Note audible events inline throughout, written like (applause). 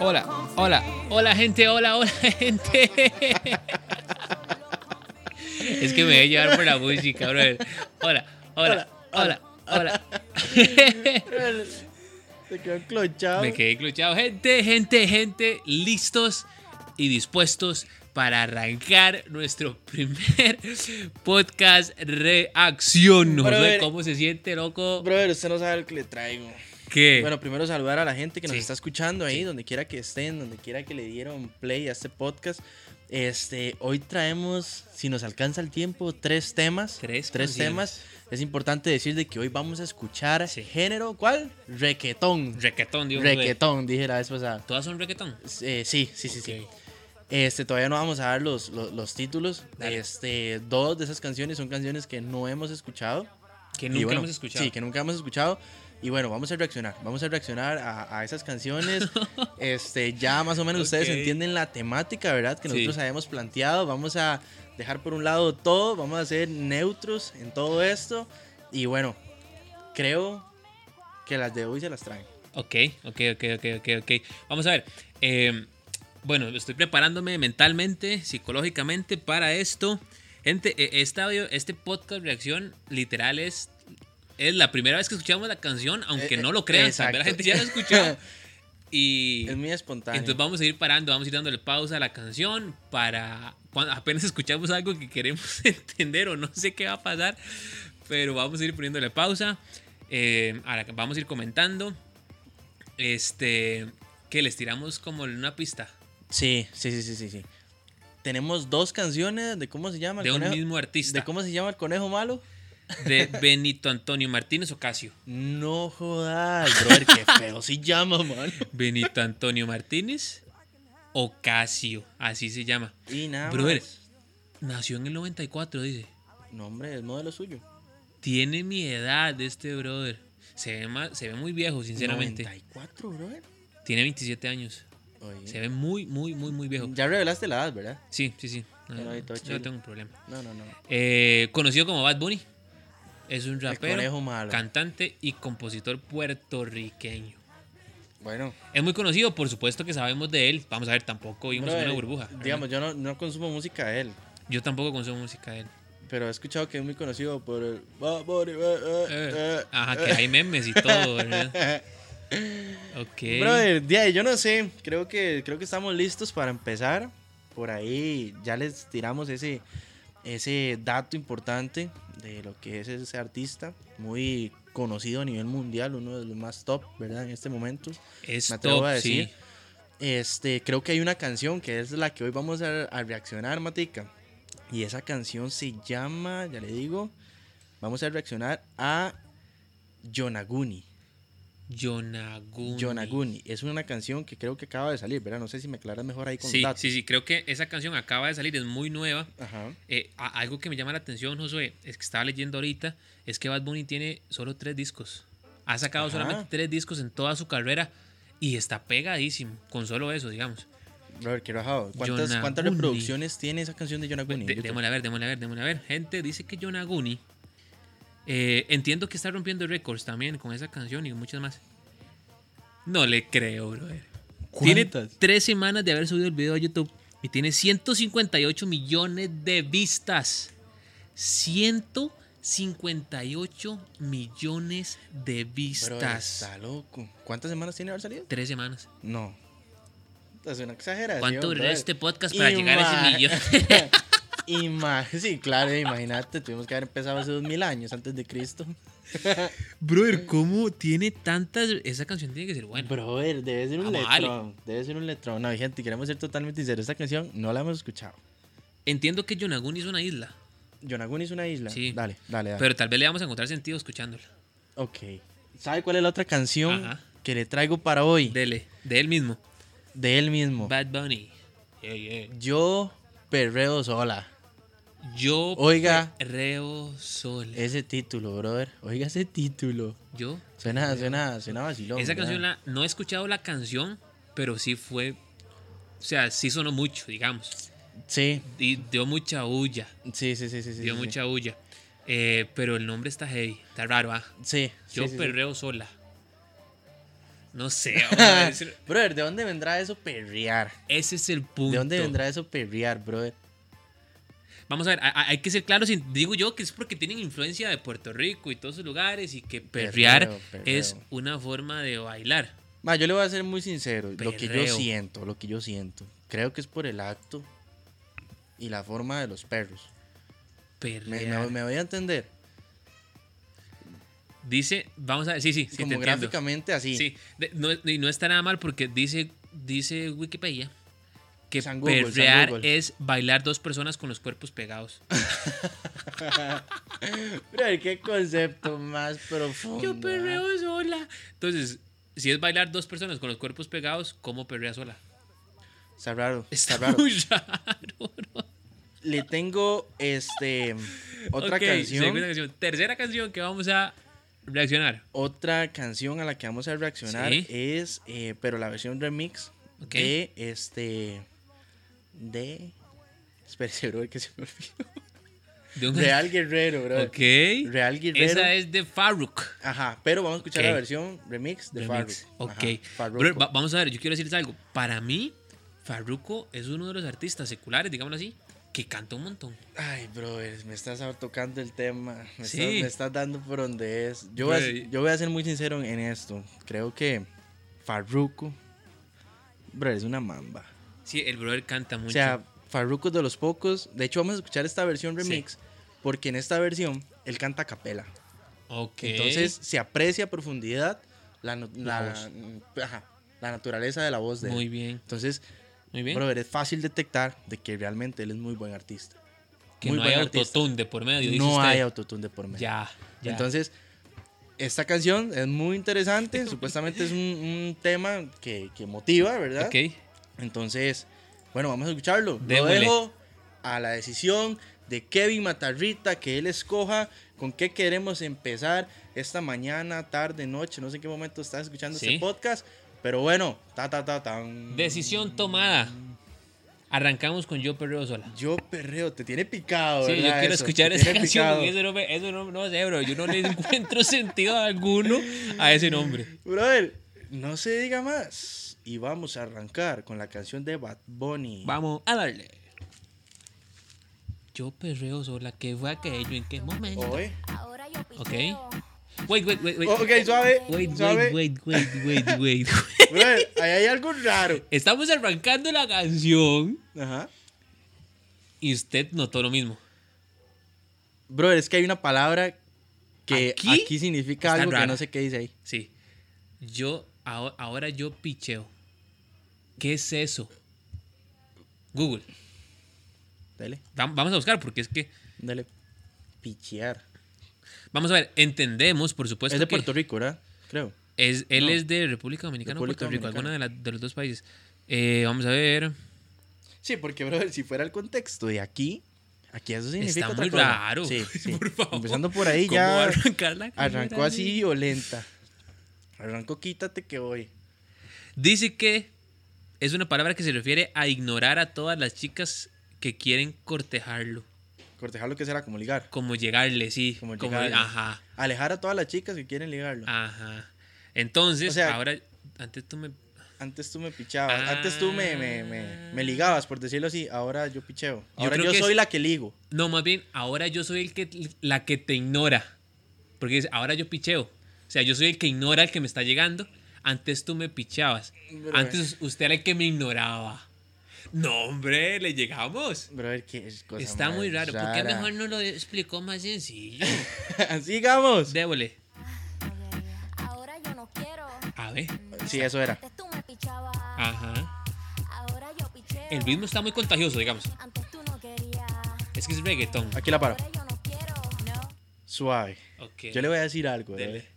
Hola, hola, hola gente, hola, (laughs) hola gente. es que me voy a llevar por la música, bro. Hola, hola, hola, hola. Te quedó clochado. me quedé cluchado. Gente, gente, gente, listos y dispuestos para arrancar nuestro primer podcast reacción. Pero, Josué, a ver. ¿cómo se siente, loco? Brother, usted no sabe el que le traigo. ¿Qué? Bueno, primero saludar a la gente que nos Sí. está escuchando ahí, donde quiera que estén, donde quiera que le dieron play a este podcast. Este, hoy traemos, si nos alcanza el tiempo, tres temas. Tres canciones. temas. Es importante decir de que hoy vamos a escuchar Sí. género, ¿cuál? Requetón. requetón, Dios mío. Requetón, dije la vez pasada. ¿Todas son requetón? Eh, sí, sí, sí, sí. Ok. Este, todavía no vamos a dar los, los, los títulos. Dale. Este, dos de esas canciones son canciones que no hemos escuchado. Que Y nunca bueno, hemos escuchado. Sí, que nunca hemos escuchado. Y bueno, vamos a reaccionar. Vamos a reaccionar a, a esas (laughs) canciones. este, ya más o menos ustedes Ok. entienden la temática, ¿verdad? Que Sí. nosotros habíamos planteado. Vamos a dejar por un lado todo. Vamos a ser neutros en todo esto. Y bueno, creo que las de hoy se las traen. Ok, ok, ok, ok, ok, ok. Vamos a ver. eh, bueno, estoy preparándome mentalmente, psicológicamente para esto. Gente, eh, esta, audio- este podcast reacción literal es, es la primera vez que escuchamos la canción, aunque Eh, no eh, lo crean, tal vez la exacto. gente ya la (laughs) escuchó. Y Es muy espontáneo. entonces vamos a ir parando, vamos a ir dándole pausa a la canción para cuando apenas (laughs) escuchamos algo que queremos (laughs) entender o no sé qué va a pasar, pero vamos a ir poniéndole pausa. eh, a la que vamos a ir comentando. Este, que les tiramos como una pista Sí, sí, sí, sí, sí, sí. Tenemos dos canciones de cómo se llama el de un conejo. mismo artista, ¿De cómo (laughs) se llama el conejo malo? de Benito Antonio Martínez Ocasio. No jodas, (laughs) brother, qué feo se llama, mano. Benito Antonio Martínez Ocasio, así se llama. Y nada Brother. más. Nació en el 94, dice. No, hombre, es modelo suyo. Tiene mi edad de este brother. Se ve, ma- se ve muy viejo, sinceramente. 94, brother. Tiene 27 años. Oye, Se ve muy, muy, muy, muy viejo. Ya revelaste la edad, ¿verdad? Sí, sí, sí. No, Pero no, ahí todo no chill. tengo un problema. No, no, no. Eh, conocido como Bad Bunny. Es un el conejo rapero, malo. cantante y compositor puertorriqueño. Bueno, Es muy conocido, por supuesto que sabemos de él. Vamos a ver, tampoco vivimos en brother, una burbuja. eh, Digamos, yo no, no consumo música de él, Yo tampoco consumo música de él. pero he escuchado que es muy conocido por el. Bad Bunny, eh, eh, Eh, eh, Ajá, eh. que hay memes y todo, (laughs) ¿verdad? Ok. Brother, de ahí, yo no sé. Creo que, creo que estamos listos para empezar. Por ahí ya les tiramos ese, ese dato importante de lo que es ese artista. Muy conocido a nivel mundial, uno de los más top, ¿verdad? En este momento. es me atrevo top, a sí. decir. Este, creo que hay una canción que es la que hoy vamos a, a reaccionar, Matica. Y esa canción se llama, ya le digo, vamos a reaccionar a Yonaguni. Yonaguni. Yonaguni. Es una canción que creo que acaba de salir, ¿verdad? No sé si me aclaras mejor ahí con Sí, datos. sí, sí, creo que esa canción acaba de salir, es muy nueva. Ajá. Eh, a- algo que me llama la atención, Josué, es que estaba leyendo ahorita, es que Bad Bunny tiene solo tres discos. Ha sacado Ajá. solamente tres discos en toda su carrera y está pegadísimo con solo eso, digamos. Robert, qué rajado. ¿Cuántas, Yonaguni. ¿Cuántas reproducciones tiene esa canción de Yonaguni? en De- YouTube? démosle a ver, démosle a ver, démosle a ver. Gente dice que Yonaguni. eh, entiendo que está rompiendo récords también con esa canción y muchas más. No le creo, brother. Tiene ¿Cuántas? tres semanas de haber subido el video a YouTube y tiene 158 millones de vistas. 158 millones de Brother, vistas. está loco. ¿Cuántas semanas tiene de haber salido? Tres semanas. No. Es una exageración. ¿Cuánto duró brother. este podcast para llegar a ese Ima- (laughs) millón? Ima- sí, claro, imagínate, tuvimos que haber empezado hace dos mil años antes de Cristo. Brother, ¿cómo tiene tantas? Esa canción tiene que ser buena. Brother, debe ser un Ah, vale. letrón. Debe ser un letrón. No, gente, queremos ser totalmente sinceros. Esta canción no la hemos escuchado. Entiendo que Yonaguni es una isla, Yonaguni es una isla. Sí. Dale, dale, dale. pero tal vez le vamos a encontrar sentido escuchándola. Ok. ¿Sabe cuál es la otra canción Ajá. que le traigo para hoy? De, Dele, de él mismo. él mismo. Bad Bunny. Yeah, yeah. Yo perreo sola. Yo Oiga. Eh, perreo sola. Ese título, brother. Oiga ese título. Yo Suena, suena, suena vacilón. Esa ¿verdad? canción la, no he escuchado la canción, pero sí fue. O sea, sí sonó mucho, digamos. Sí, Y dio mucha huya. sí, sí, sí, sí. sí, Dio sí. mucha huya. Eh, pero el nombre está heavy. Está raro, ¿ah? Sí. Yo sí, sí, sí. perreo sola. No sé, (laughs) vamos a decir, Brother, ¿de dónde vendrá eso perrear? ese es el punto. ¿De dónde vendrá eso perrear, brother? Vamos a ver, a- a- hay que ser claros. y Digo yo que es porque tienen influencia de Puerto Rico y todos esos lugares y que perrear Perreo, perreo. es una forma de bailar. Ma, yo le voy a ser muy sincero. Lo que yo Perreo. siento, lo que yo siento. Creo que es por el acto y la forma de los perros. Me, Perrear. me, me voy a entender. Dice, vamos a ver, sí, sí, sí, te Como entiendo. gráficamente así. Sí, de- no, y no está nada mal porque dice, dice Wikipedia que San Google, San perrear Google. es bailar dos personas con los cuerpos pegados. Brother, qué concepto más profundo. Yo perreo sola. Entonces, si es bailar dos personas con los cuerpos pegados, ¿cómo perrea sola? ah. Está raro. (laughs) Está Está raro. muy raro. ¿no? Le tengo este otra Ok, canción. segunda canción. Tercera canción que vamos a reaccionar. Otra canción a la que vamos a reaccionar Sí. es, eh, pero la versión remix Ok. de este. De. Espérese, bro, que (laughs) se me olvidó. De un- Real Guerrero, (laughs) bro. Ok. Real Guerrero. Esa es de Farruk. Ajá, pero vamos a escuchar Ok. la versión remix de Farruko. Remix. Ok. Bro, va- vamos a ver, yo quiero decirles algo. Para mí, Farruko es uno de los artistas seculares, digámoslo así, que canta un montón. Ay, brother, me estás tocando el tema. Me, Sí. estás, me estás dando por donde es. Yo voy, a, Brother, yo voy a ser muy sincero en esto. Creo que Farruko, brother, es una mamba. Sí, el brother canta mucho. O sea, Farruko es de los pocos. De hecho, vamos a escuchar esta versión remix. Porque en esta versión, él canta a capela. ok. Entonces, se aprecia a profundidad la, no- La la- ajá, la naturaleza de la voz de él. Muy bien, Entonces, muy bien. brother, es fácil detectar de que realmente él es muy buen artista. que muy no hay buen artista. autotune de por medio. dice No usted. hay autotune de por medio. Ya, ya. Entonces, esta canción es muy (laughs) interesante. supuestamente es un, un tema que, que motiva, ¿verdad? ok. Entonces, bueno, vamos a escucharlo. Lo Démosle. dejo a la decisión de Kevin Matarrita, que él escoja con qué queremos empezar esta mañana, tarde, noche. No sé en qué momento estás escuchando Sí. este podcast, pero bueno, ta, ta, ta, tan. Decisión tomada. Arrancamos con Yo Perreo Sola. Yo perreo, te tiene picado, Sí, yo ¿verdad? quiero Eso, escuchar te esa tiene canción. picado. porque Eso, no, me- eso no, no sé, bro. Yo no le (laughs) encuentro sentido alguno a ese nombre. Brother, no se diga más. Y vamos a arrancar con la canción de Bad Bunny. Vamos a darle. Yo perreo sola, ¿qué fue aquello? ¿En qué momento? Oye. Ahora yo Oh. Ok. Wait, wait, wait, wait. Oh, ok, suave. Wait, suave. wait, wait, wait, wait, wait. (laughs) Brother, ahí hay algo raro. Estamos arrancando la canción Ajá. y usted notó lo mismo. Brother, es que hay una palabra que Aquí aquí, significa está algo que rara. no sé qué dice ahí. Sí. Yo, aho- ahora yo picheo. ¿Qué es eso? Google. Dale, Vam- Vamos a buscar porque es que. dale. Pichear. Pues Vamos a ver, entendemos, por supuesto. Es de que- Puerto Rico, ¿verdad? Creo. Es, él No. es de República Dominicana o República Puerto Rico, Dominicana. alguna de, las- de los dos países. Eh, vamos a ver. Sí, porque, brother, si fuera el contexto de aquí, aquí eso significa Está otra muy cosa. raro. (laughs) (laughs) Sí, sí. Por favor. Empezando por ahí ¿Cómo va a ya arrancar la (laughs) arrancó carrera? así violenta. Arrancó quítate que voy. Dice que es una palabra que se refiere a ignorar a todas las chicas que quieren cortejarlo. Cortejar lo que será como ligar. Como llegarle, sí. Como Como, llegarle. Ajá, Alejar a todas las chicas que quieren ligarlo. ajá. Entonces, O sea- ahora, antes tú me... Antes tú me pichabas. Ah. Antes tú me, me, me- me ligabas, por decirlo así. Ahora Ah. yo picheo. Ahora creo yo, que es- soy la que ligo. No, más bien, ahora yo soy el que, la que te ignora. Porque dice, ahora yo picheo. O sea, yo soy el que ignora al que me está llegando. Antes tú me pichabas. Bro. Antes usted era el que me ignoraba. No, hombre, le llegamos. Brother, qué es cosa Está más muy raro. ¿Por qué rara. mejor no lo explicó más sencillo? (laughs) (laughs) Sigamos. Débole. Ahora yo no quiero. A ver. Sí, eso era. Antes tú me pichabas. Ajá. Ahora yo picheo. Ah. El ritmo está muy contagioso, digamos. Antes tú no querías. Es que es reggaetón. Aquí la paro. Ahora yo no quiero. No. Suave. Ok. Yo le voy a decir algo, Dele. brother.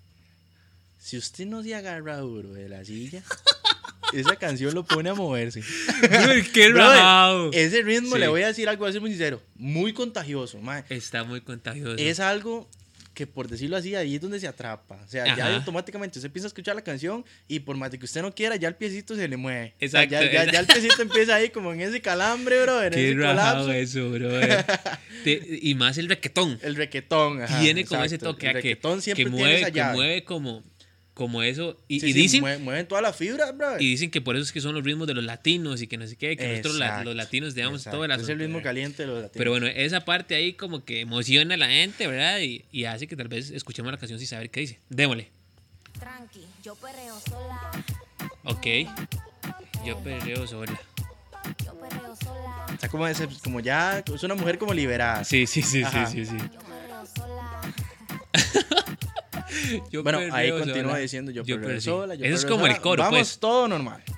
Si usted no se agarra duro de la silla, (laughs) esa canción lo pone (laughs) a moverse. Uy, ¡Qué Brother, rajado! ese ritmo, Sí. le voy a decir algo, voy a ser muy sincero. Muy contagioso, mae. Está muy contagioso. es algo que por decirlo así, ahí es donde se atrapa. O sea, ya Ajá. automáticamente usted empieza a escuchar la canción y por más de que usted no quiera, ya el piecito se le mueve. O sea, Exacto, ya, ya- esa- ya el piecito empieza ahí como en ese calambre, bro, en ¡Qué ese rajado colapso. eso, bro! eh. (laughs) Te- y más el reggaetón. El requetón, ajá. Tiene como ese exacto. toque El a que, requetón siempre que tiene mueve, esa que llave. mueve como, como eso. Y, Sí, y sí, dicen, mue- mueven todas las fibras, bro. y dicen que por eso es que son los ritmos de los latinos y que no sé qué, que nosotros la- Exacto, los latinos digamos exacto. todo el Es el asunto, ritmo ¿verdad? caliente de los latinos. Pero bueno, esa parte ahí como que emociona a la gente, ¿verdad? Y, y hace que tal vez escuchemos la canción sin saber qué dice. Démosle. Tranqui, yo perreo sola. Ok. Yo perreo sola. Yo perreo sola. Está como, ese- como ya, es una mujer como liberada. Sí, sí, sí, Ajá. sí, sí, sí. Yo perreo sola. (laughs) Yo Bueno, ahí perreo continúa sola. diciendo yo, perreo perreo- sí. sola, yo Eso es perreo como el sola. coro, Vamos pues. todo normal. eh.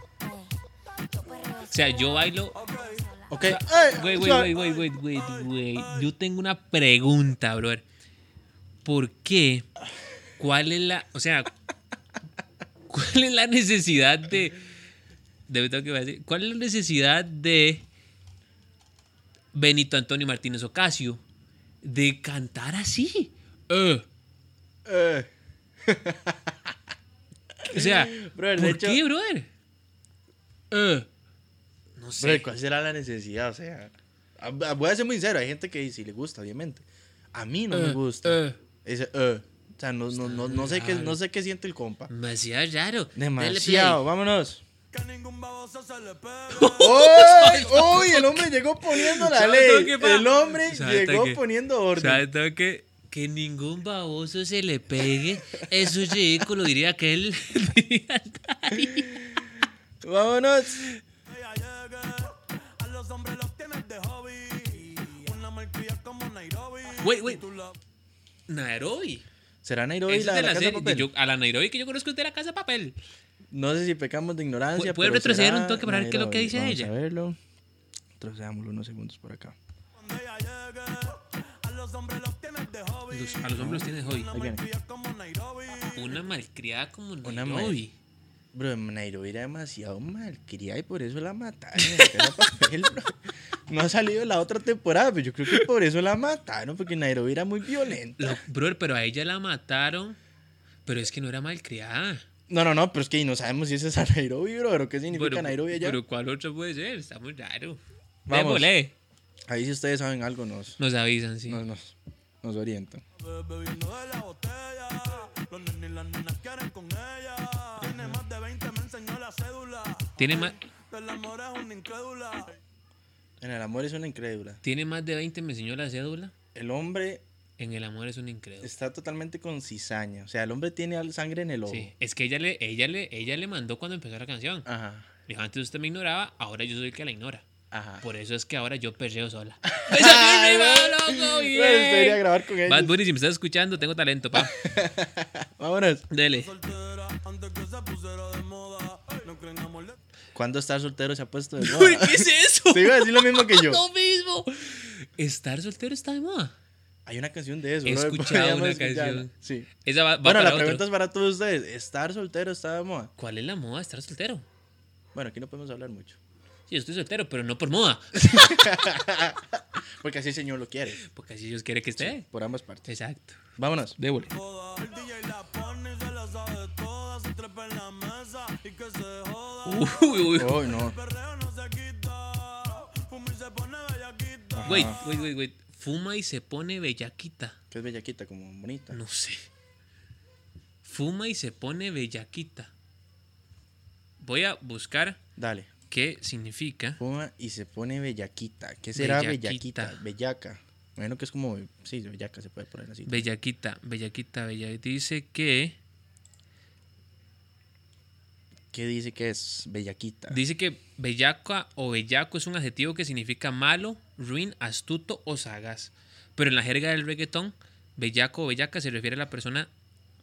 Yo perreo O sea, yo bailo. Ok. o sea, Ay, Güey, güey, suave. güey, güey, güey, güey, güey. Yo tengo una pregunta, brother. ¿Por qué? ¿Cuál es la. O sea. ¿Cuál es la necesidad de. de tengo que decir, ¿Cuál es la necesidad de. Benito Antonio Martínez Ocasio de cantar así? Eh, Eh, o sea, Brother, de ¿por hecho- qué, brother? Eh, no sé. brother, ¿cuál será la necesidad? O sea, a- a- voy a ser muy sincero, hay gente que sí le gusta, obviamente. A mí no me Eh, gusta. eh. Dice, eh. O sea, no, no, no, no sé qué, no sé qué siente el compa. Demasiado raro. Dale play. Demasiado, vámonos. (laughs) ¡Ay! ¡Uy! El hombre llegó poniendo la ¿Sabe todo ley. qué pasa? El hombre ¿Sabe todo llegó qué? poniendo O sea, orden. tengo que, que ningún baboso se le pegue. Eso es ridículo, diría aquel. diría Dari. Vámonos. ella llegue. A los hombres los tienes de hobby. Una malcria como Nairobi. Wait, wait. Tú la- (laughs) Nairobi. ¿Será Nairobi Esa la, es de la la casa de serie. papel? Yo- a la Nairobi que yo conozco es de la casa de papel. No sé si pecamos de ignorancia. ¿Pu- puede pero retroceder será un toque para ver qué es lo que Nairobi. dice Vamos ella? a verlo. Retrocedámoslo unos segundos por acá. Cuando ella llegue. A los hombres los tienes de hobby. Los- a los hombres tiene hoy. Una Ahí viene. malcria como Nairobi. Una malcriada como Una Nairobi. Bro, Nairobi era demasiado malcriada y por eso la mataron. en la casa de (laughs) papel, bro. No ha salido la otra temporada, pero yo creo que por eso la mataron, porque Nairobi era muy violenta. Lo- brother, pero a ella la mataron. Pero es que no era malcriada. No, no, no, pero es que no sabemos si esa es (laughs) a Nairobi, bro, pero qué significa Pero, Nairobi allá. pero ¿cuál otra puede ser? Está muy raro. Vamos. Démosle. Ahí si ustedes saben algo nos, Nos avisan, sí. nos, nos, nos orientan. Be- Bebiendo de la botella. Los nenes y las nenas quieren con ella. Tiene más de 20, me enseñó la cédula. Tiene más. El amor es una incrédula. En el amor es una incrédula. Tiene más de 20, me enseñó la cédula. El hombre En el amor es un incrédulo. está totalmente con cizaña. O sea, el hombre tiene al- sangre en el ojo. Sí, es que ella le, ella le, ella le mandó cuando empezó la canción. Ajá, Le Dijo, antes usted me ignoraba, ahora yo soy el que la ignora. ajá. Por eso es que ahora yo perreo (laughs) sola. (laughs) ¡Me salió el Ay, rima, (laughs) loco! Bueno, bien. debería grabar con Bad ellos. Bunny, si me estás escuchando, tengo talento, (laughs) pa. Vámonos. Dele. soltera antes que se pusiera de moda. No creen amor de- ¿Cuándo estar soltero se ha (laughs) puesto de Uy, moda? ¿Qué es eso? (laughs) Te iba a decir lo mismo que yo. Lo mismo. Estar soltero está de moda. Hay una canción de eso. He bro, (laughs) escuchado podríamos una escucharla. canción. Sí. Esa va, va Bueno, para la otro. pregunta es para todos ustedes. ¿Estar soltero está de moda? ¿Cuál es la moda de estar soltero? Bueno, aquí no podemos hablar mucho. Sí, yo estoy soltero, pero no por (laughs) moda. Porque así el Señor lo quiere. Porque así Dios quiere que esté. Por ambas partes. Exacto. Vámonos. Débole. toda. El DJ la pone y se la sabe toda. Se trepa en la mesa y que se joda. Uy, uy, uy. Oh, no. Perreo no se quita. Fuma y se pone bellaquita. Wait, wait, wait, wait. Fuma y se pone bellaquita. Que es bellaquita, como bonita. No sé. Fuma y se pone bellaquita. Voy a buscar Dale. qué significa. Fuma y se pone bellaquita. ¿Qué será Bellaquita. bellaquita? Bellaca. Bueno, que es como. Sí, bellaca se puede poner así. Bellaquita, bellaquita, bellaquita. Dice que. ¿Qué dice que es bellaquita? Dice que bellaca o bellaco es un adjetivo que significa malo, ruin, astuto o sagaz. Pero en la jerga del reggaetón, bellaco o bellaca se refiere a la persona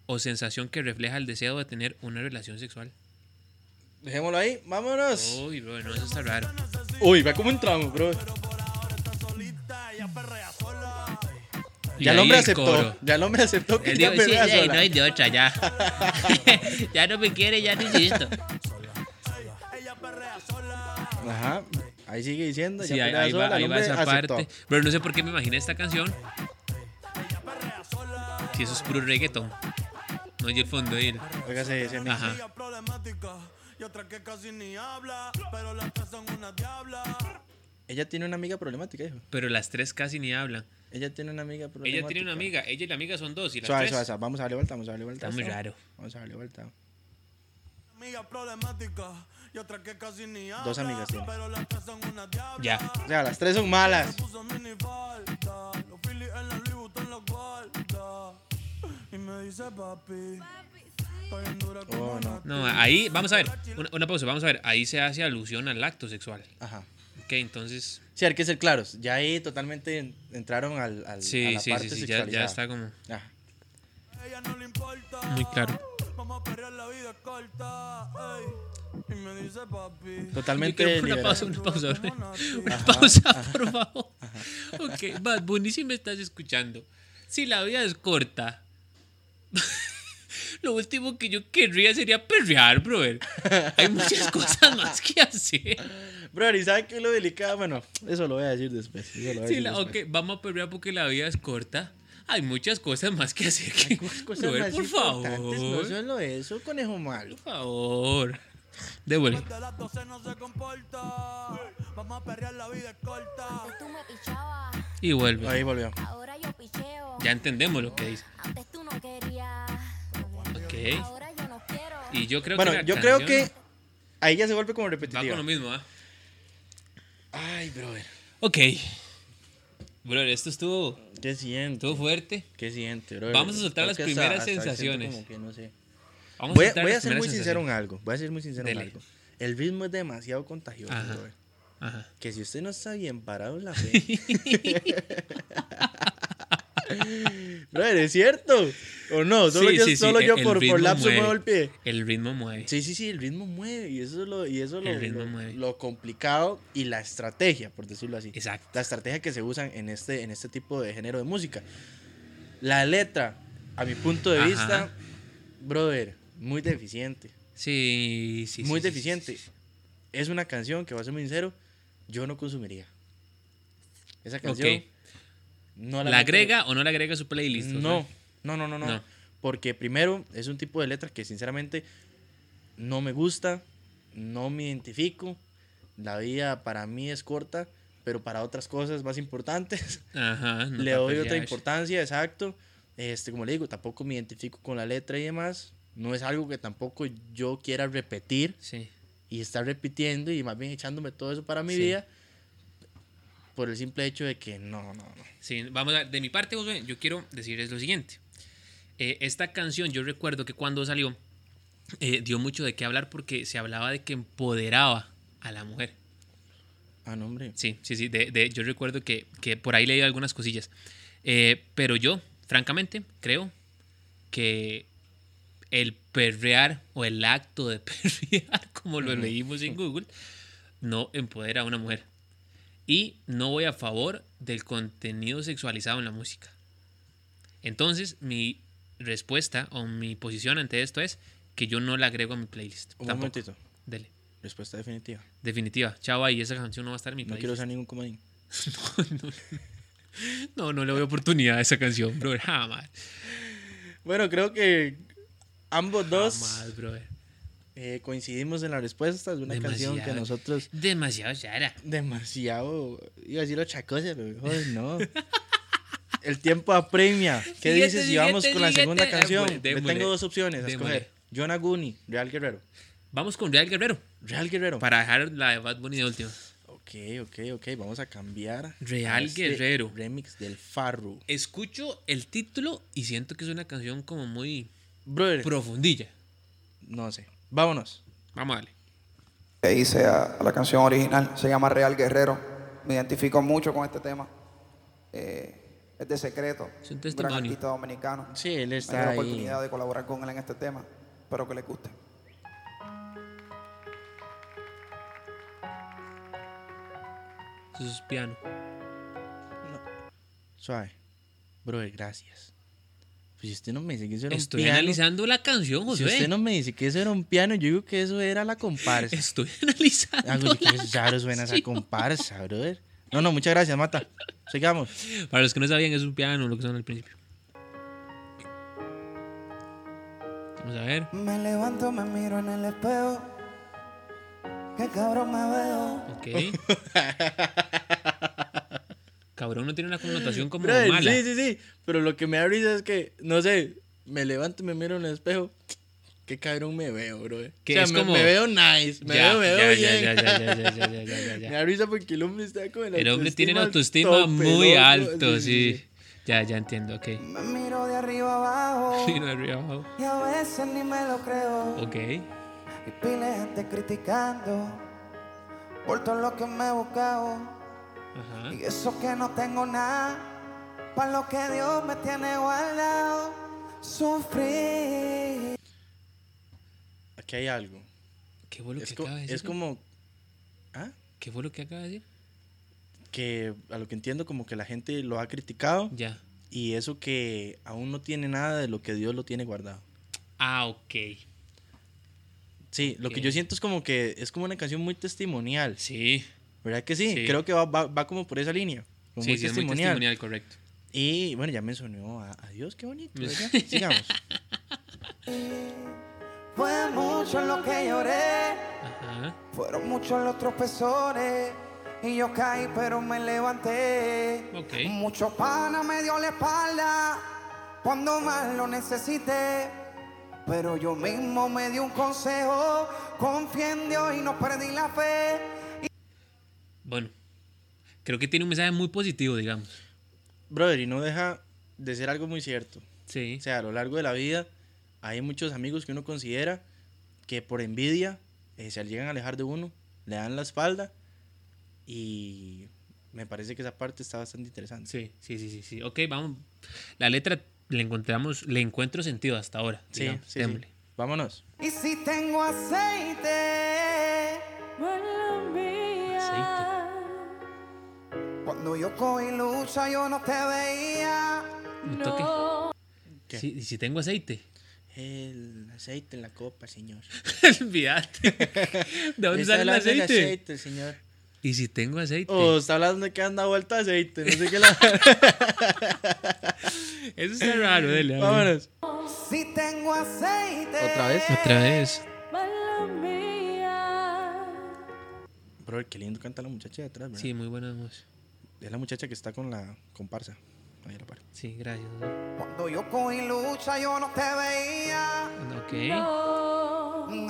o sensación que refleja el deseo de tener una relación sexual. Dejémoslo ahí. Vámonos. Uy, bro, no, eso está raro. Oh. Uy, va como entramos, bro. Solita, ella perrea sola. Y Ya el ahí hombre el aceptó. coro. Ya el hombre aceptó que Él ya dijo, me sí, vea ya, sola. no hay de otra, ya. (laughs) ya no me quiere, ya no (laughs) insisto. Ella perrea sola. Ajá. Ahí sigue diciendo. Sí, ya ahí, pelea ahí va, sola, el ahí va hombre esa aceptó. parte. Pero no sé por qué me imaginé esta canción. Si eso es puro reggaetón. No oye el fondo ahí. Oiga, se- se me- Ajá. Ella problemática. Y otra que casi ni habla. Pero las tres son una diabla. Ella tiene una amiga problemática, hijo. Pero las tres casi ni hablan. Ella tiene una amiga problemática. Ella tiene una amiga, ella y la amiga son dos y las Suave, tres. suave, suave. Vamos a darle vuelta, vamos a darle vuelta. Está muy ¿sabes? raro. Vamos a darle vuelta. Amiga problemática y otra que casi ni habla. Dos amigas tiene. Pero las tres son una diabla. Ya. O sea, las tres son malas. Puso mini falta, los Phillies en la Louis Vuitton los guarda. Y me dice papi, está bien dura como Oh, no. una No, eh. ahí, vamos a ver, una, una pausa, vamos a ver. Ahí se hace alusión al acto sexual. Ajá. Ok, entonces. Sí, hay que ser claros. Ya ahí totalmente en- entraron al, al a Sí, la sí, parte sí, sí, ya, ya sexualizada. está como. Ajá. A ella no le importa. Muy claro. Vamos a perrear la vida es corta. ey. Y me dice papi. (laughs) Yo Totalmente. quiero una liberal. pausa, una pausa. (laughs) Una Ajá. pausa, (laughs) por favor. Ok, Bad Bunny, si me estás escuchando, si la vida es corta, (laughs) lo último que yo querría sería perrear, brother. Hay muchas cosas más que hacer. Bro, ¿y sabes qué es lo delicado? Bueno, eso lo voy a decir después. eso lo voy a Sí, decir la- ok, después. vamos a perrear porque la vida es corta. Hay muchas cosas más que hacer que. Cosas brother, más por importantes, No favor. solo eso, conejo malo. Por favor. Devuelve. Después de las 12 no se comporta. Vamos a perrear la vida es corta. Antes tú me pichabas, Y vuelve. Ahí volvió. ahora yo picheo. Ya entendemos lo que dice. Antes tú no querías, Ok. ahora yo no quiero. Y yo creo que. Bueno, la yo creo canción que ahí ya se vuelve como Va con lo repetitiva. mismo, ¿ah? Ay, brother. Ok. Brother, esto estuvo, ¿Qué siente? estuvo fuerte. ¿Qué siente, brother? Vamos a soltar las Creo que primeras siento sensaciones. como que no sé. Vamos Voy, soltar voy a las ser muy primeras sincero en algo. Voy a ser muy sincero en Dele. algo. El ritmo es demasiado contagioso, Ajá. brother. sensaciones. Ajá. Que si usted no está bien (laughs) parado en la fe. brother, ¿es cierto? ¿O no? Solo Sí, yo, sí, sí, solo yo el por, ritmo por lapso mueve. muevo el pie. El ritmo mueve. Sí, sí, sí, el ritmo mueve y eso es lo, y eso es lo, El ritmo lo- mueve. lo complicado y la estrategia, por decirlo así. Exacto. La estrategia que se usan en este, en este tipo de género de música. La letra, a mi punto de Ajá. vista, brother, muy deficiente. Sí, sí. sí, muy sí, deficiente. sí, sí, sí. Es una canción que, va a ser muy sincero, yo no consumiría. Esa Ok. canción no la, ¿La meto- agrega o no la agrega a su playlist? O no, sea, no, no, no, no, No. Porque primero es un tipo de letra que sinceramente no me gusta, no me identifico. La vida para mí es corta, pero para otras cosas más (laughs) importantes Ajá. no (laughs) le te doy otra apoyas. importancia, exacto. Este, como le digo, tampoco me identifico con la letra y demás. No es algo que tampoco yo quiera repetir Sí. y estar repitiendo y más bien echándome todo eso para mi Sí. vida por el simple hecho de que no, no, no. Sí, vamos a ver. De mi parte, Josué, yo quiero decirles lo siguiente. Eh, esta canción, yo recuerdo que cuando salió, eh, dio mucho de qué hablar porque se hablaba de que empoderaba a la mujer. Ah, no, hombre. Sí, sí, sí. De, de- yo recuerdo que, que por ahí leí algunas cosillas. Eh, pero yo, francamente, creo que el perrear o el acto de (laughs) perrear, como lo leímos en Google, no empodera a una mujer. Y no voy a favor del contenido sexualizado en la música. Entonces, mi respuesta o mi posición ante esto es que yo no la agrego a mi playlist. Un Tampoco. momentito. Dele. Respuesta definitiva. Definitiva. Chava, y esa canción no va a estar en mi No playlist. quiero usar ningún comodín. No, no le doy oportunidad a esa canción, brother. Jamás. Bueno, creo que ambos dos Jamás, brother. eh, coincidimos en la respuesta. Es una canción que Demasiado. nosotros Demasiado Sara. demasiado, iba a decir otra cosa, pero joder, (laughs) no. El tiempo apremia. ¿Qué Siguiente, dices si vamos siguiente, con la segunda siguiente. canción? Démosle, Yo démosle. tengo dos opciones a Démosle. escoger. John Aguni, Real Guerrero. Vamos con Real Guerrero. Real Guerrero. Para dejar la de Bad Bunny de último. Ok, ok, ok. Vamos a cambiar. Real a Guerrero. Remix del Farru. Escucho el título y siento que es una canción como muy Brother. profundilla. no sé. Vámonos. Vamos a darle. que hice a, a la canción original. Se llama Real Guerrero. Me identifico mucho con este tema. Eh, es de secreto. Es un gran testimonio. artista dominicano. Sí, él Me dio está la ahí. oportunidad de colaborar con él en este tema. Espero que le guste. Eso es piano. Suave. Brother, gracias. Pues si usted no me dice que eso era Estoy un piano. analizando la canción, José. Si usted no me dice que eso era un piano, yo digo que eso era la comparsa. Estoy (laughs) analizando. Algo de la que raro suena esa canción. comparsa, brother. No, no, muchas gracias, Mata. Sigamos. Para los que no sabían, es un piano lo que son al principio. Vamos a ver. Me levanto, me miro en el espejo. Qué cabrón me veo. (laughs) Ok. Cabrón no tiene una connotación como Brother, mala. sí, sí, sí. Pero lo que me da risa es que, no sé, me levanto y me miro en el espejo. Qué cabrón me veo, bro. Que o sea, es me, como- me veo nice, me Ya, veo, me ya, veo ya, bien. ya, ya, ya, ya, ya, ya, ya, ya, ya. (laughs) Me da risa porque el hombre está con el El hombre tiene la al autoestima tope, muy loco. alto, sí. Ya, ya entiendo, ok. (laughs) Me miro de arriba abajo. Sí, no hay río abajo. Y a veces ni me lo creo. Ok. Y pile de gente criticando. Por todo lo que me he buscado. Ajá. Y eso que no tengo nada, para lo que Dios me tiene guardado, sufrir. Aquí hay algo. ¿Qué fue lo Es, que co- acaba de decir? es como. ¿Ah? ¿Qué fue lo que acaba de decir? Que a lo que entiendo, como que la gente lo ha criticado. Ya. Y eso que aún no tiene nada de lo que Dios lo tiene guardado. Ah, ok. Sí, lo que Ok. yo siento es como que es como una canción muy testimonial. Sí. ¿Verdad que sí? Sí. Creo que va, va- va como por esa línea. como Sí, sí, es muy testimonial, correcto. Y bueno, ya mencionó a, a Dios, qué bonito. ¿verdad? (laughs) Sigamos. Fue mucho lo que lloré, Ajá. fueron muchos los tropezones. Y yo caí, pero me levanté. Ok. Mucho pana me dio la espalda cuando más lo necesité. Pero yo mismo me di un consejo. Confié en Dios y no perdí la fe. Bueno. Creo que tiene un mensaje muy positivo, digamos. Brother, y no deja de ser algo muy cierto. Sí. O sea, a lo largo de la vida hay muchos amigos que uno considera que por envidia eh, se llegan a alejar de uno, le dan la espalda y me parece que esa parte está bastante interesante. Sí, sí, sí, sí, sí. Ok, vamos. La letra le encontramos, le encuentro sentido hasta ahora. Sí, digamos, sí, sí. démosle. Vámonos. Y si tengo aceite, cuando yo cogí lucha yo no te veía. Un toque. ¿Qué? Sí, y si tengo aceite. El aceite en la copa, señor. (laughs) Olvídate. ¿De dónde Está sale el hablando del aceite? aceite, señor. Y si tengo aceite. Oh, está hablando de que anda vuelta aceite. No sé qué la... (laughs) Eso está raro, dele. a ver. Vámonos. Si tengo aceite. ¿Otra vez? Otra vez. Bro, qué lindo canta la muchacha de atrás, ¿verdad? Sí, muy buena voz. Es la muchacha que está con la comparsa. Ahí a la par. Sí, gracias. ¿no? Cuando yo cogí lucha yo no te veía. Ah, Ok.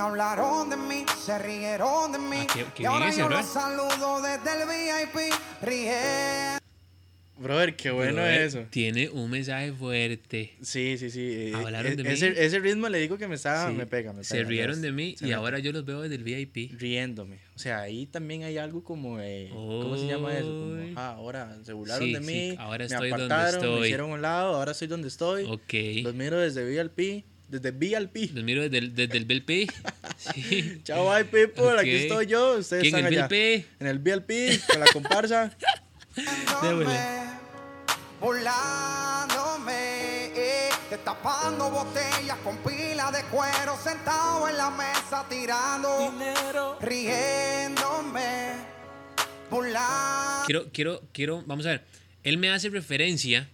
Hablaron de mí, se rieron de mí. Ah, qué- qué y ahora bien ese, yo bro. los saludo desde el VIP. Ríe. Brother, qué bueno Brother, eso. Tiene un mensaje fuerte. Sí, sí, sí. eh, Hablaron de eh, ese, mí. ese ritmo le digo que me estaba. Sí. Ah, Me pega, me pega. Se rieron ¿sabes? de mí Se y me- ahora yo los veo desde el VIP. Riéndome. O sea, ahí también hay algo como. eh, ¿Cómo se llama eso? Como, Oy. ah, ahora se burlaron Sí, de sí, mí. ahora me estoy donde apartaron, estoy. Me hicieron a un lado, ahora estoy donde estoy. Ok. Los miro desde VIP. Desde VIP. Los miro desde el, desde el (laughs) VIP. Sí. Chao, bye, people. Ok. Aquí estoy yo. Ustedes ¿Quién, están el allá. VIP? En el VIP, con la comparsa. Démosle. Burlándome, eh, destapando botellas con pila de cuero, sentado en la mesa tirando, Dinero. riéndome, burlándome. Quiero, quiero, quiero, vamos a ver. Él me hace referencia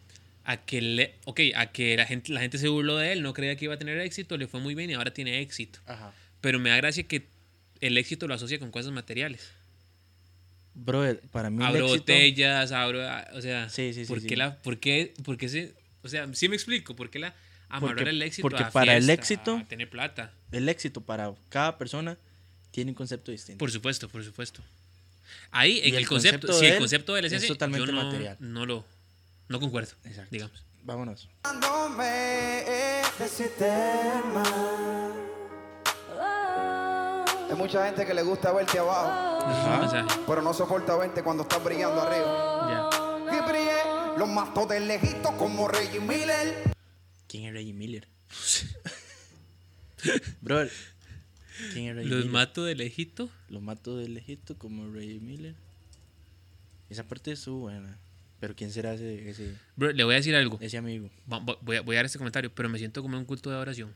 a que le, ok, a que la gente, la gente se burló de él, no creía que iba a tener éxito, le fue muy bien y ahora tiene éxito. Ajá. Pero me da gracia que el éxito lo asocia con cosas materiales. Brother, para mí. el abro éxito- botellas, abro, ah, o sea, Sí, sí, sí, ¿por sí. qué la, por qué, por qué se, o sea, sí me explico, por qué la amarrar Porque- el éxito porque a para el fiesta, éxito- a tener plata. el éxito para cada persona tiene un concepto distinto. Por supuesto, por supuesto. Ahí, en Y el, el concepto, concepto si de el él concepto de él es, es ese, totalmente yo no, material. no lo, no concuerdo, Exacto. digamos. Vámonos. eh, de ese tema. Hay mucha gente que le gusta verte abajo, Ese es un mensaje. pero no soporta verte cuando estás brillando arriba. Ya. Y brillé, los mató de lejito como Reggie Miller. ¿Quién es Reggie Miller? (laughs) Brother. ¿Quién es Reggie Los Miller? mato de lejito. Los mato del Egipto como Reggie Miller. Esa parte es buena. Pero ¿quién será ese, ese, Bro, le voy a decir algo. ese amigo? Va- va- Voy a, voy a dar este comentario, pero me siento como en un culto de oración.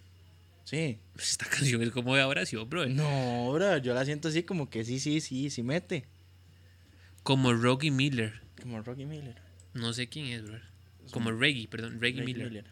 Sí. (laughs) Esta canción es como de oración, bro. No, bro, yo la siento así como que sí, sí, sí, sí mete. Como Rocky Miller. Como Rocky Miller. No sé quién es, bro. Como Reggie, perdón, Reggie, Reggie Miller.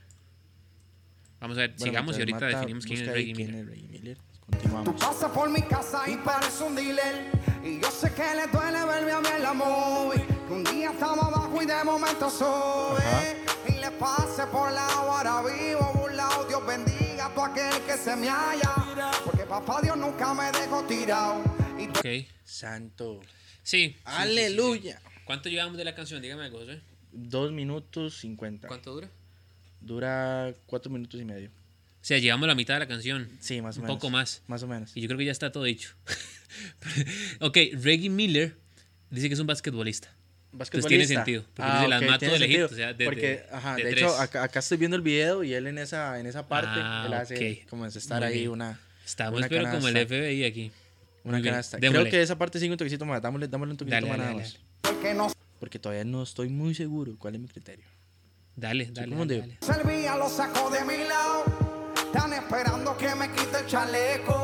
Vamos a ver, sigamos y mientras ahorita Marta definimos quién es busca ahí Reggie Miller. es Reggie Miller. Tú Continuamos. pasas por mi casa y pareces un dealer. Y yo sé que le duele verme a ver la movie. Que un día estamos abajo y de momento sube. Y le pase por la hora vivo, burlao. Dios bendiga a todo aquel que se me halla. Porque papá Dios nunca me dejó tirado. Y Ok. Santo. Sí. Aleluya. ¿Cuánto llevamos de la canción? Dígame algo, José. Dos minutos cincuenta. ¿Cuánto dura? Dura cuatro minutos y medio. O sea, llevamos la mitad de la canción. Sí, más o Un menos. poco más. Más o menos. Y yo creo que ya está todo dicho. (laughs) ok, Reggie Miller dice que es un basquetbolista. Entonces pues tiene sentido, porque dice, las Ah, ok, mato tiene de sentido, lejitos, o sea, de- porque, de- ajá, de de, tres. hecho, acá, acá estoy viendo el video y él en esa, en esa parte, Ah, él hace ok. como estar Muy ahí bien. una, Estamos, Una pero como el canasta. FBI aquí. una Muy bien, canasta. démosle. Creo que esa parte sigue un toquecito más. Dámosle, dámosle un Dale, toquecito más dale, nada dale. más. porque no Porque todavía no estoy muy seguro cuál es mi criterio. Dale, dale. como dale, digo. dale. servía, lo sacó de mi lado. Están esperando que me quite el chaleco.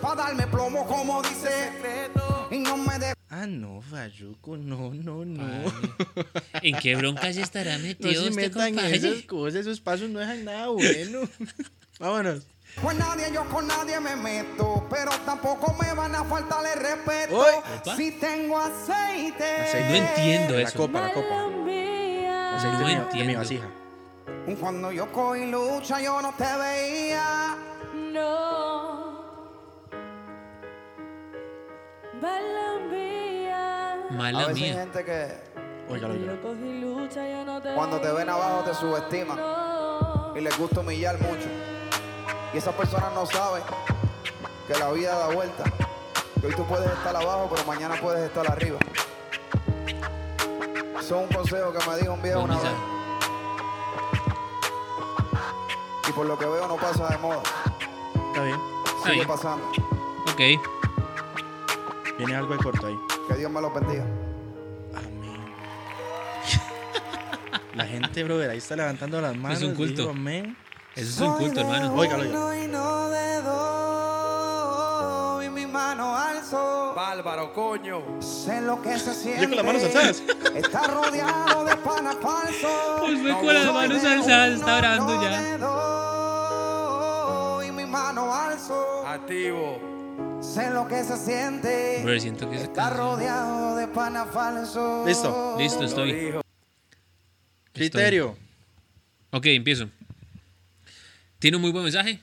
Pa' darme plomo, como dice. Y no me de Ah, no, Farruko, no, no, no. ¿En qué broncas estará (laughs) No metido se este metan en compadre? esas cosas, esos pasos no dejan nada bueno. (laughs) Vámonos. Pues nadie, yo con nadie me meto, pero tampoco me van a faltar el respeto. Uy. Opa. Si tengo aceite. Aceite. No entiendo La eso. copa, la copa. O sea, No de mi- de mi entiendo. vasija. Cuando yo cogí lucha, yo no te veía. No. Bala mía. a Mala veces hay mía. gente que Óigalo, óigalo. Yo cogí lucha, yo no te cuando te ven abajo te subestiman No. y les gusta humillar mucho. Y esas personas no saben que la vida da vuelta. Que hoy tú puedes estar abajo, pero mañana puedes estar arriba. Eso es un consejo que me dijo un viejo una Bonita. vez. Y por lo que veo no pasa de moda. Está bien. Está Sigue bien. pasando. Ok. Viene algo de corto ahí. Que Dios me los bendiga. Amén. La gente, brother, ahí está levantando las manos. culto. dijo amén. Eso es un culto, hermano. Óigalo, óigalo. Uno y no de dos, y mi mano alzo. Bárbaro, coño. Sé lo que se siente. Yo con las manos (laughs) alzadas. Está rodeado de panas falsos. Pues fue con las Soy manos de alzadas, uno, está orando no ya. de dos, y mi mano alzo. Activo. Sé lo que se siente. Bro, siento que esa Está canción- rodeado de panas falsos. Listo. Listo, Lo estoy. dijo. Criterio. Ok, empiezo. Tiene un muy buen mensaje.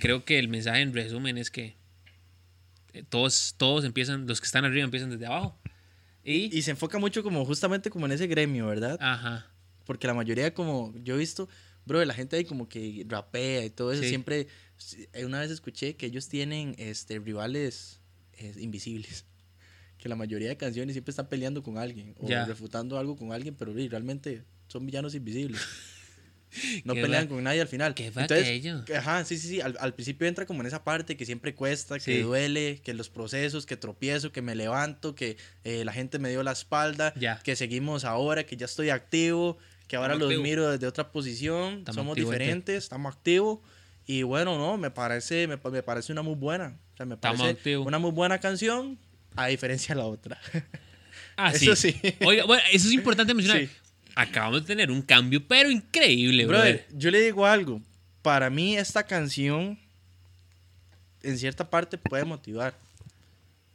Creo que el mensaje en resumen es que eh, todos, todos empiezan, los que están arriba empiezan desde abajo. Y. Y se enfoca mucho como justamente como en ese gremio, ¿verdad? Ajá. Porque la mayoría como yo he visto, brother, la gente ahí como que rapea y todo eso. Sí. Siempre, sí, eh, una vez escuché que ellos tienen este, rivales eh, invisibles. Que la mayoría de canciones siempre están peleando con alguien o Ya. refutando algo con alguien, pero ey, realmente son (laughs) villanos invisibles. No Qué pelean va- con nadie al final. qué va aquello. Ajá, sí, sí, sí. Al, al principio entra como en esa parte que siempre cuesta, Sí. que duele, que los procesos, que tropiezo, que me levanto, que eh, la gente me dio la espalda, Ya. que seguimos ahora, que ya estoy activo, que ahora Estamos los activo. miro desde otra posición, Estamos somos activo, gente. diferentes, estamos activos. Y bueno, no, me parece, me, pa- me parece una muy buena. O sea, me Estamos parece activo. una muy buena canción, a diferencia de la otra. Ah, Eso sí. sí. (laughs) Oiga, bueno, eso es importante mencionar. Sí. Acabamos de tener un cambio, pero increíble, brother. Brother, yo le digo algo. Para mí esta canción en cierta parte puede motivar.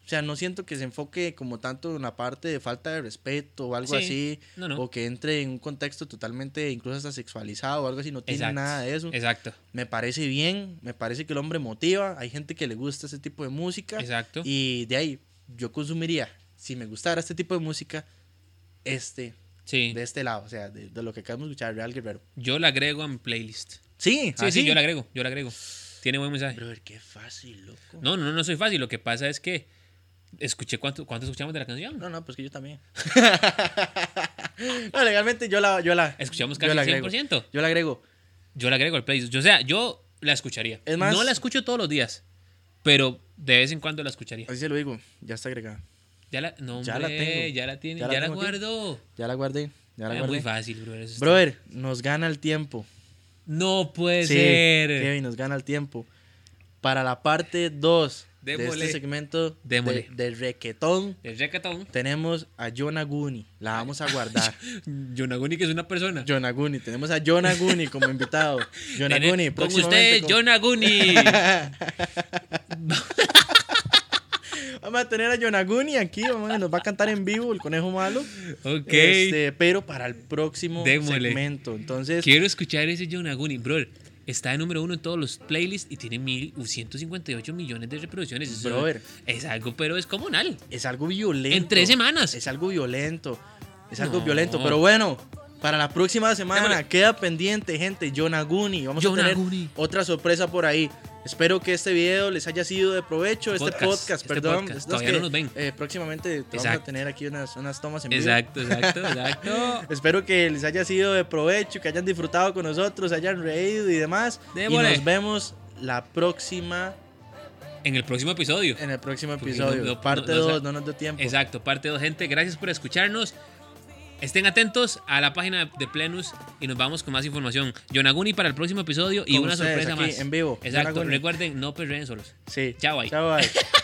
O sea, no siento que se enfoque como tanto en la parte de falta de respeto o algo Sí, así. no, no. O que entre en un contexto totalmente incluso hasta sexualizado o algo así. No tiene Exacto. nada de eso. Exacto. Me parece bien. Me parece que el hombre motiva. Hay gente que le gusta ese tipo de música. Exacto. Y de ahí yo consumiría, si me gustara este tipo de música, este, Sí. de este lado. O sea, de, de lo que acabamos de escuchar, Real Guerrero. Yo la agrego a mi playlist. ¿Ah, Sí, Sí, así. sí, yo la agrego, yo la agrego. Tiene buen mensaje. Brother, qué fácil, loco. No, no, no soy fácil. Lo que pasa es que escuché cuánto, cuánto escuchamos de la canción. No, no, pues que yo también. (laughs) no, legalmente yo la. Yo la Escuchamos yo casi la el agrego. 100%. Yo la agrego. Yo la agrego al playlist. Yo, O sea, yo la escucharía. Es más- no la escucho todos los días, pero de vez en cuando la escucharía. Así se lo digo. Ya está agregada. Ya la, no, Ya hombre, la tengo. Ya la tiene, ya Ya la, la tengo aquí. guardo. Ya la guardé. Ya la Es muy guardé. fácil, brother. eso está- Brother, nos gana el tiempo. No puede Sí, ser. Kevin, nos gana el tiempo. Para la parte 2 de Démosle. este segmento de, Démosle. del requetón. El reggaetón. Tenemos a Yonaguni, la vamos a guardar. Yonaguni, que es una persona. Yonaguni, tenemos a Yonaguni como invitado. Yonaguni, Con ustedes, próximamente con- (laughs) Yonaguni. Vamos a tener a Yonaguni aquí, vamos a- nos va a cantar en vivo el conejo malo. ok. Este, pero para el próximo Démosle. segmento. Entonces, Quiero escuchar ese Yonaguni, brother. Está de número uno en todos los playlists y tiene 1.158 millones de reproducciones. Eso Brother. Es algo, pero es comunal. es algo violento. En tres semanas. Es algo violento. Es algo No. violento. Pero bueno, para la próxima semana Démosle. queda pendiente, gente. Yonaguni. Vamos a Yonaguni. tener otra sorpresa por ahí. Espero que este video les haya sido de provecho. Este Podcast, podcast, este perdón. podcast. estos Todavía que, no nos ven. eh, próximamente vamos a Exacto. tener aquí unas, unas tomas en vivo. Exacto, (laughs) exacto, exacto. Espero que les haya sido de provecho, que hayan disfrutado con nosotros, hayan reído y demás. Démosle. Y nos vemos la próxima, En el próximo episodio. en el próximo Porque episodio. no- no- Parte no- no- 2, no, nos dio tiempo. Exacto, parte 2, gente. Gracias por escucharnos. Estén atentos a la página de Plenus y nos vamos con más información. Yonaguni para el próximo episodio y Con una ustedes, sorpresa aquí, más. en vivo. Exacto. Yonaguni. Recuerden, no perreen solos. Sí. Chao, bye. Chao, bye.